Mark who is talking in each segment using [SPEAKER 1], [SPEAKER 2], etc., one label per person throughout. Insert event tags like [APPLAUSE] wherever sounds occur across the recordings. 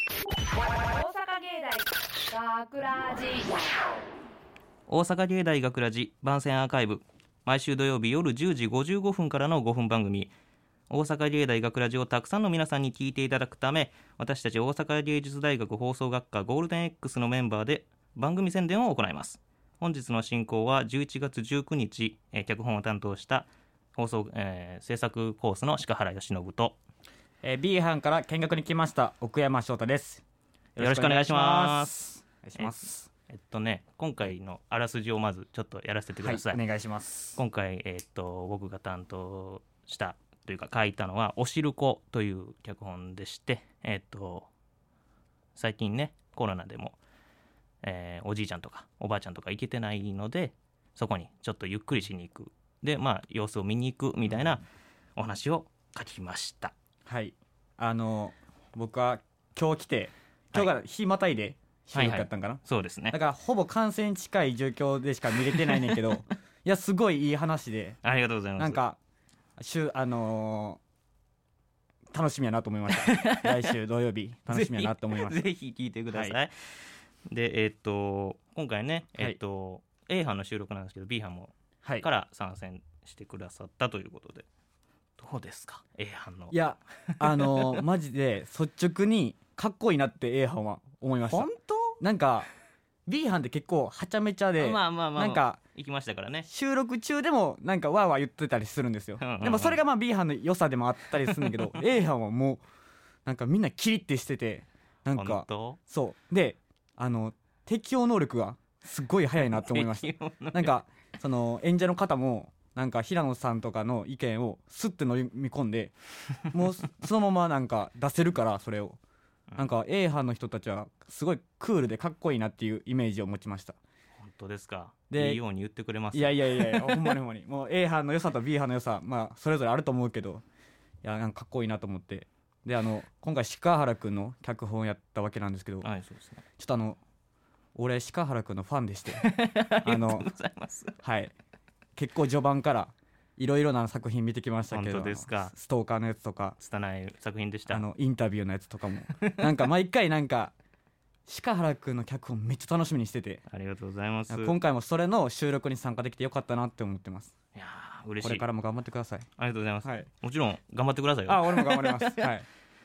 [SPEAKER 1] 大阪芸大学ラジ
[SPEAKER 2] 大阪芸大学ラジ番宣アーカイブ毎週土曜日夜10時55分からの5分番組大阪芸大学ラジをたくさんの皆さんに聞いていただくため私たち大阪芸術大学放送学科ゴールデン X のメンバーで番組宣伝を行います本日の進行は11月19日、えー脚本を担当した放送、えー制作コースの鹿原由伸と
[SPEAKER 3] えー、B 班から見学に来ました奥山翔太です
[SPEAKER 2] よろしくお願いします
[SPEAKER 3] お願いします
[SPEAKER 2] えっとね今回のあらすじをまずちょっとやらせてく
[SPEAKER 3] は
[SPEAKER 2] ださい、
[SPEAKER 3] いお願いします
[SPEAKER 2] 今回、えーっと僕が担当したというか書いたのは「おしるこ」という脚本でしてえーっと最近ねコロナでも、えーおじいちゃんとかおばあちゃんとか行けてないのでそこにちょっとゆっくりしに行くでまあ様子を見に行くみたいなお話を書きました
[SPEAKER 3] はいあの僕は今日来て今日から日またいで収録やったんかな、
[SPEAKER 2] そうですね
[SPEAKER 3] だからほぼ感染近い状況でしか見れてないねん
[SPEAKER 2] [LAUGHS]
[SPEAKER 3] けどいやすごいいい話で
[SPEAKER 2] ありがとうございます
[SPEAKER 3] なんかしゅあのー楽しみやなと思い
[SPEAKER 2] [LAUGHS]
[SPEAKER 3] ました来週土曜日楽しみやなと思いました
[SPEAKER 2] ぜひ聞いてください。
[SPEAKER 3] は
[SPEAKER 2] で、えっと、今回ね、
[SPEAKER 3] はい
[SPEAKER 2] えっと、A 班の収録なんですけど、B 班も
[SPEAKER 3] はい
[SPEAKER 2] から参戦してくださったということで、どうですか、A 班の。
[SPEAKER 3] いやあのーマジで率直にかっこいいなって A 班は思いました
[SPEAKER 2] 当
[SPEAKER 3] なんか B 班って結構はちゃめちゃで、
[SPEAKER 2] まあまあまあ、
[SPEAKER 3] なんか
[SPEAKER 2] 行きましたからね。
[SPEAKER 3] 収録中でもなんかわーわー言ってたりするんですよ、
[SPEAKER 2] うんうんうん
[SPEAKER 3] でもそれがまあ B 班の良さでもあったりするんだけ
[SPEAKER 2] [LAUGHS]
[SPEAKER 3] ど A 班はもうなんかみんなキリってしててなん
[SPEAKER 2] 本
[SPEAKER 3] か
[SPEAKER 2] 当
[SPEAKER 3] そうであの適応能力がすっごい早いなと思いました
[SPEAKER 2] 適応の
[SPEAKER 3] なんかその演者の方もなんか平野さんとかの意見をスッて飲み込んでもうそのままなんか出せるからそれを
[SPEAKER 2] うん
[SPEAKER 3] なんか A 班の人たちはすごいクールでかっこいいなっていうイメージを持ちました
[SPEAKER 2] 本当ですか。
[SPEAKER 3] で
[SPEAKER 2] いいように言ってくれます。
[SPEAKER 3] いやいやいやいやほんまにほんまにもう A 班の良さと B 班の良さまあそれぞれあると思うけどいやなんかかっこいいなと思ってであの今回鹿原君の脚本をやったわけなんですけど
[SPEAKER 2] はい、そう
[SPEAKER 3] [LAUGHS]
[SPEAKER 2] ですね。
[SPEAKER 3] ちょっとあの俺鹿原君のファンでしてあの
[SPEAKER 2] ございます。
[SPEAKER 3] はい結構序盤からいろいろな作品見てきましたけど
[SPEAKER 2] 本当ですか
[SPEAKER 3] ストーカーのやつとか
[SPEAKER 2] 拙い作品でした。
[SPEAKER 3] あのインタビューのやつとかもなんか毎回なんか鹿原君の脚本めっちゃ楽しみにしてて
[SPEAKER 2] ありがとうございます。い
[SPEAKER 3] 今回もそれの収録に参加できてよかったなって思ってます
[SPEAKER 2] やー嬉
[SPEAKER 3] こ
[SPEAKER 2] し
[SPEAKER 3] れ
[SPEAKER 2] い。
[SPEAKER 3] か
[SPEAKER 2] あり
[SPEAKER 3] らも頑張ってください
[SPEAKER 2] がとうございます。
[SPEAKER 3] はい
[SPEAKER 2] もちろん、頑張ってくださいよ。
[SPEAKER 3] あ俺も頑張ります
[SPEAKER 2] [LAUGHS]
[SPEAKER 3] はい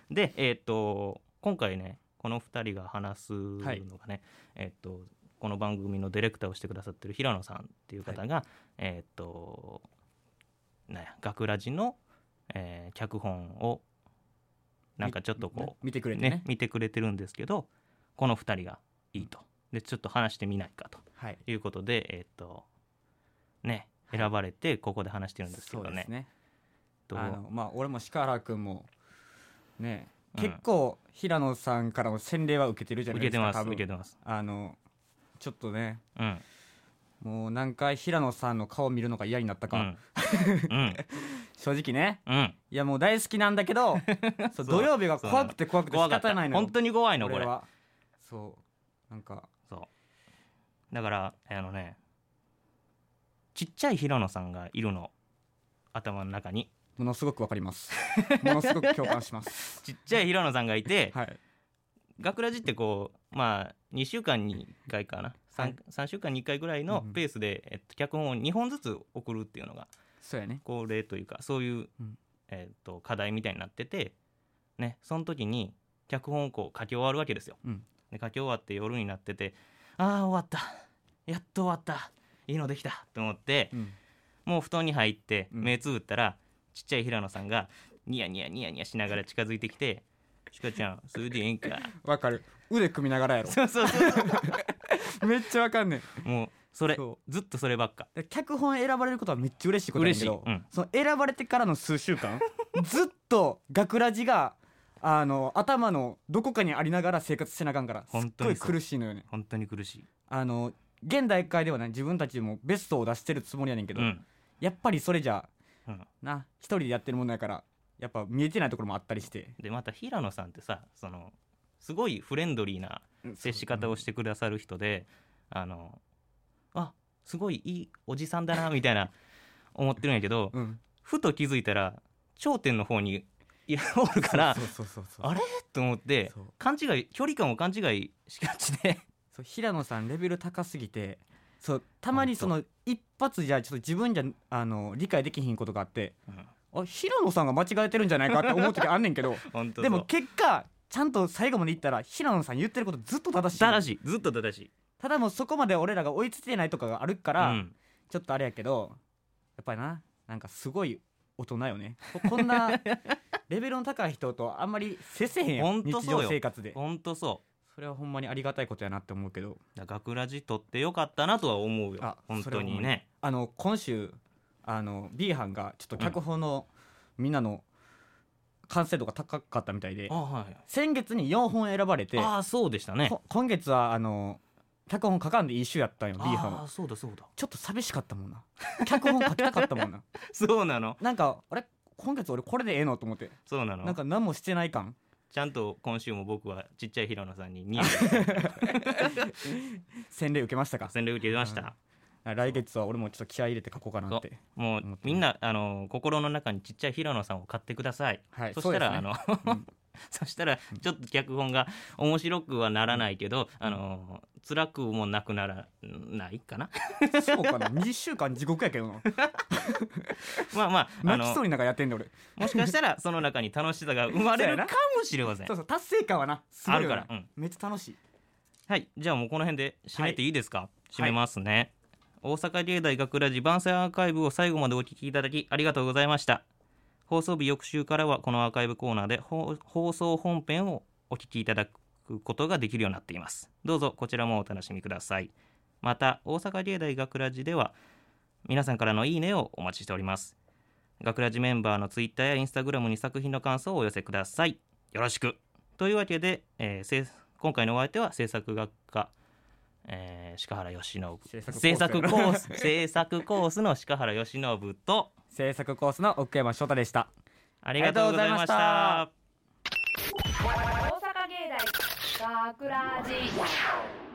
[SPEAKER 2] で、えーっと今回ねこの2人が話すのがね、えーっとこの番組のディレクターをしてくださってる平野さんっていう方が、えーっとなんや学ラジの、えー脚本をなんかちょっとこ
[SPEAKER 3] 見てく
[SPEAKER 2] う、
[SPEAKER 3] れて
[SPEAKER 2] ね
[SPEAKER 3] ね
[SPEAKER 2] 見てくれてるんですけどこの2人がいいとでちょっと話してみないかと
[SPEAKER 3] はい
[SPEAKER 2] いうことでえーっとね
[SPEAKER 3] はい
[SPEAKER 2] 選ばれてここで話してるんですけ
[SPEAKER 3] そ
[SPEAKER 2] ど
[SPEAKER 3] う
[SPEAKER 2] ね,、
[SPEAKER 3] ですね
[SPEAKER 2] どう
[SPEAKER 3] あのまあ俺も鹿原君もね
[SPEAKER 2] うん
[SPEAKER 3] 結構平野さんからの洗礼は受けてるじゃな
[SPEAKER 2] 受
[SPEAKER 3] いで
[SPEAKER 2] けて
[SPEAKER 3] すか
[SPEAKER 2] ます
[SPEAKER 3] 多分
[SPEAKER 2] 受けてます
[SPEAKER 3] あのちょっとね
[SPEAKER 2] うん
[SPEAKER 3] もう何回平野さんの顔見るのが嫌になった
[SPEAKER 2] う
[SPEAKER 3] か、
[SPEAKER 2] んうん
[SPEAKER 3] 正直ね
[SPEAKER 2] うん
[SPEAKER 3] いやもう大好きなんだけ
[SPEAKER 2] [LAUGHS]
[SPEAKER 3] どそう土曜日が怖くて怖くて
[SPEAKER 2] 怖
[SPEAKER 3] 仕
[SPEAKER 2] かった
[SPEAKER 3] 方ないのよ
[SPEAKER 2] 本当に怖いのこれ
[SPEAKER 3] 俺はそうなんか
[SPEAKER 2] そうだからあのねちっちゃい平野さんがいるの頭の中に
[SPEAKER 3] ものすごくわかります
[SPEAKER 2] [LAUGHS]
[SPEAKER 3] ものすごく共感します
[SPEAKER 2] ちっちゃい平野さんがいて、
[SPEAKER 3] はい
[SPEAKER 2] 学ラジってこうまあ2週間に1回かな 3,、
[SPEAKER 3] はい
[SPEAKER 2] 三週間に1回ぐらいのペースで、えっと、脚本を2本ずつ送るっていうのが
[SPEAKER 3] そうやね
[SPEAKER 2] 恒例というかそういう、
[SPEAKER 3] うん
[SPEAKER 2] えっと、課題みたいになっててねその時に脚本をこう書き終わるわけですよ。
[SPEAKER 3] うん
[SPEAKER 2] で書き終わって夜になっててああ終わったやっと終わったいいのできたと思って、
[SPEAKER 3] うん
[SPEAKER 2] もう布団に入って
[SPEAKER 3] うん
[SPEAKER 2] 目つぶったら、ちっちゃい平野さんがニヤニヤニヤニヤしながら近づいてきて「ちかちゃんそれでええんか
[SPEAKER 3] わかる腕組みながらや」ろ
[SPEAKER 2] そうそうそうそ
[SPEAKER 3] めっちゃわかんねん
[SPEAKER 2] うもうそれ
[SPEAKER 3] そ
[SPEAKER 2] ずっとそればっか
[SPEAKER 3] で脚本選ばれることはめっちゃ嬉しいことやねんけど、
[SPEAKER 2] 嬉しいうん
[SPEAKER 3] その選ばれてからの数
[SPEAKER 2] [LAUGHS]
[SPEAKER 3] 週間ずっと学ラジがあの頭のどこかにありながら生活してなあかんからすっ
[SPEAKER 2] 本当
[SPEAKER 3] ご
[SPEAKER 2] に
[SPEAKER 3] い
[SPEAKER 2] そう
[SPEAKER 3] 苦しいのよね
[SPEAKER 2] 本当に苦しい、
[SPEAKER 3] あの現代界ではね自分たちもベストを出してるつもりやねんけど、
[SPEAKER 2] うん
[SPEAKER 3] やっぱりそれじゃ
[SPEAKER 2] うん、
[SPEAKER 3] な一人でやってるものやからやっぱ見えてないところもあったりして
[SPEAKER 2] でまた平野さんってさそのすごいフレンドリーな接し方をしてくださる人で、あのあすごいいいおじさんだ [LAUGHS] なみたいな思ってるんやけど、
[SPEAKER 3] うん
[SPEAKER 2] ふと気づいたら頂点の方にいらおるから
[SPEAKER 3] そうそうそうそう
[SPEAKER 2] あれと思って
[SPEAKER 3] そう
[SPEAKER 2] 勘違い距離感を勘違いしがちで [LAUGHS]
[SPEAKER 3] そう平野さんレベル高すぎてそうたまにその一発じゃちょっと自分じゃあの理解できひんことがあって、あ平野さんが間違えてるんじゃないかって思う時あんねん
[SPEAKER 2] [LAUGHS]
[SPEAKER 3] けど
[SPEAKER 2] 本当
[SPEAKER 3] でも
[SPEAKER 2] そう
[SPEAKER 3] 結果ちゃんと最後までいったら平野さん言ってることずっと正しい
[SPEAKER 2] 正しいずっと正しい
[SPEAKER 3] ただもうそこまで俺らが追いついてないとかがあるか
[SPEAKER 2] う
[SPEAKER 3] ら、
[SPEAKER 2] ん
[SPEAKER 3] ちょっとあれやけどやっぱりななんかすごい大人
[SPEAKER 2] [LAUGHS]
[SPEAKER 3] よねここんなレベルの高い人とあんまり接せへんや
[SPEAKER 2] ほ
[SPEAKER 3] ん
[SPEAKER 2] んと
[SPEAKER 3] 日
[SPEAKER 2] そうよ
[SPEAKER 3] 常生活で
[SPEAKER 2] 本当そう
[SPEAKER 3] それはほんまにありがたいことやなって思うけど
[SPEAKER 2] だから学ラジ取ってよかったなとは思うよ
[SPEAKER 3] あ
[SPEAKER 2] 本当にね
[SPEAKER 3] あの今週あの B 班がちょっと脚本のみんなの完成度が高かったみたいで、
[SPEAKER 2] あはい
[SPEAKER 3] 先月に4本選ばれて、
[SPEAKER 2] ああそうでしたね
[SPEAKER 3] こ今月はあの脚本書かんでいい週やったんよ B 班
[SPEAKER 2] ああ
[SPEAKER 3] は
[SPEAKER 2] そうだそうだ
[SPEAKER 3] ちょっと寂しかったもんな脚本書きたかったも
[SPEAKER 2] [LAUGHS]
[SPEAKER 3] んな
[SPEAKER 2] そうなの
[SPEAKER 3] なんかあれ今月俺これでええのと思って
[SPEAKER 2] そうなの
[SPEAKER 3] なんか何もしてない感
[SPEAKER 2] ちゃんと今週も僕はちっちゃい平野さんに2
[SPEAKER 3] 洗礼受けましたか
[SPEAKER 2] 洗礼受けました、
[SPEAKER 3] 来月は俺もちょっと気合い入れて書こうかなって
[SPEAKER 2] もう
[SPEAKER 3] 思って
[SPEAKER 2] みんなあの心の中にちっちゃい平野さんを買ってください、
[SPEAKER 3] はい
[SPEAKER 2] そしたら、あ
[SPEAKER 3] そうで
[SPEAKER 2] の
[SPEAKER 3] ね
[SPEAKER 2] [LAUGHS] そしたらちょっと脚本が面白くはならないけど、あの辛くもなくならないか
[SPEAKER 3] [LAUGHS]
[SPEAKER 2] な
[SPEAKER 3] そうかな2週間地獄や
[SPEAKER 2] [LAUGHS]
[SPEAKER 3] けどな
[SPEAKER 2] まあまああ
[SPEAKER 3] 泣きそ
[SPEAKER 2] の
[SPEAKER 3] うになん [LAUGHS] かやってんで俺
[SPEAKER 2] もしかしたらその中に楽しさが生まれるかもしれません
[SPEAKER 3] [LAUGHS] そうそう達成感はなすごいよ
[SPEAKER 2] あ
[SPEAKER 3] な
[SPEAKER 2] るからうん
[SPEAKER 3] めっちゃ楽しい
[SPEAKER 2] はいじゃあもうこの辺で締めていいですか、締めますね、大阪芸大学ラジ万世アーカイブを最後までお聞きいただきありがとうございました放送日翌週からはこのアーカイブコーナーで放放送本編をお聞きいただくことができるようになっていますどうぞこちらもお楽しみくださいまた大阪芸大学ラジでは皆さんからのいいねをお待ちしております学ラジメンバーのツイッターやインスタグラムに作品の感想をお寄せくださいよろしくというわけで、えー制今回のお相手は制作学科、えー、鹿原由伸
[SPEAKER 3] 制作コー
[SPEAKER 2] 制
[SPEAKER 3] ス
[SPEAKER 2] 作コース [LAUGHS] 制作コースの鹿原由伸と
[SPEAKER 3] 制作コースの奥山翔太でした
[SPEAKER 2] ありがとうございまし
[SPEAKER 3] ありがとうございま
[SPEAKER 2] た
[SPEAKER 3] し
[SPEAKER 1] 大
[SPEAKER 3] た。
[SPEAKER 1] 阪芸大学ラジ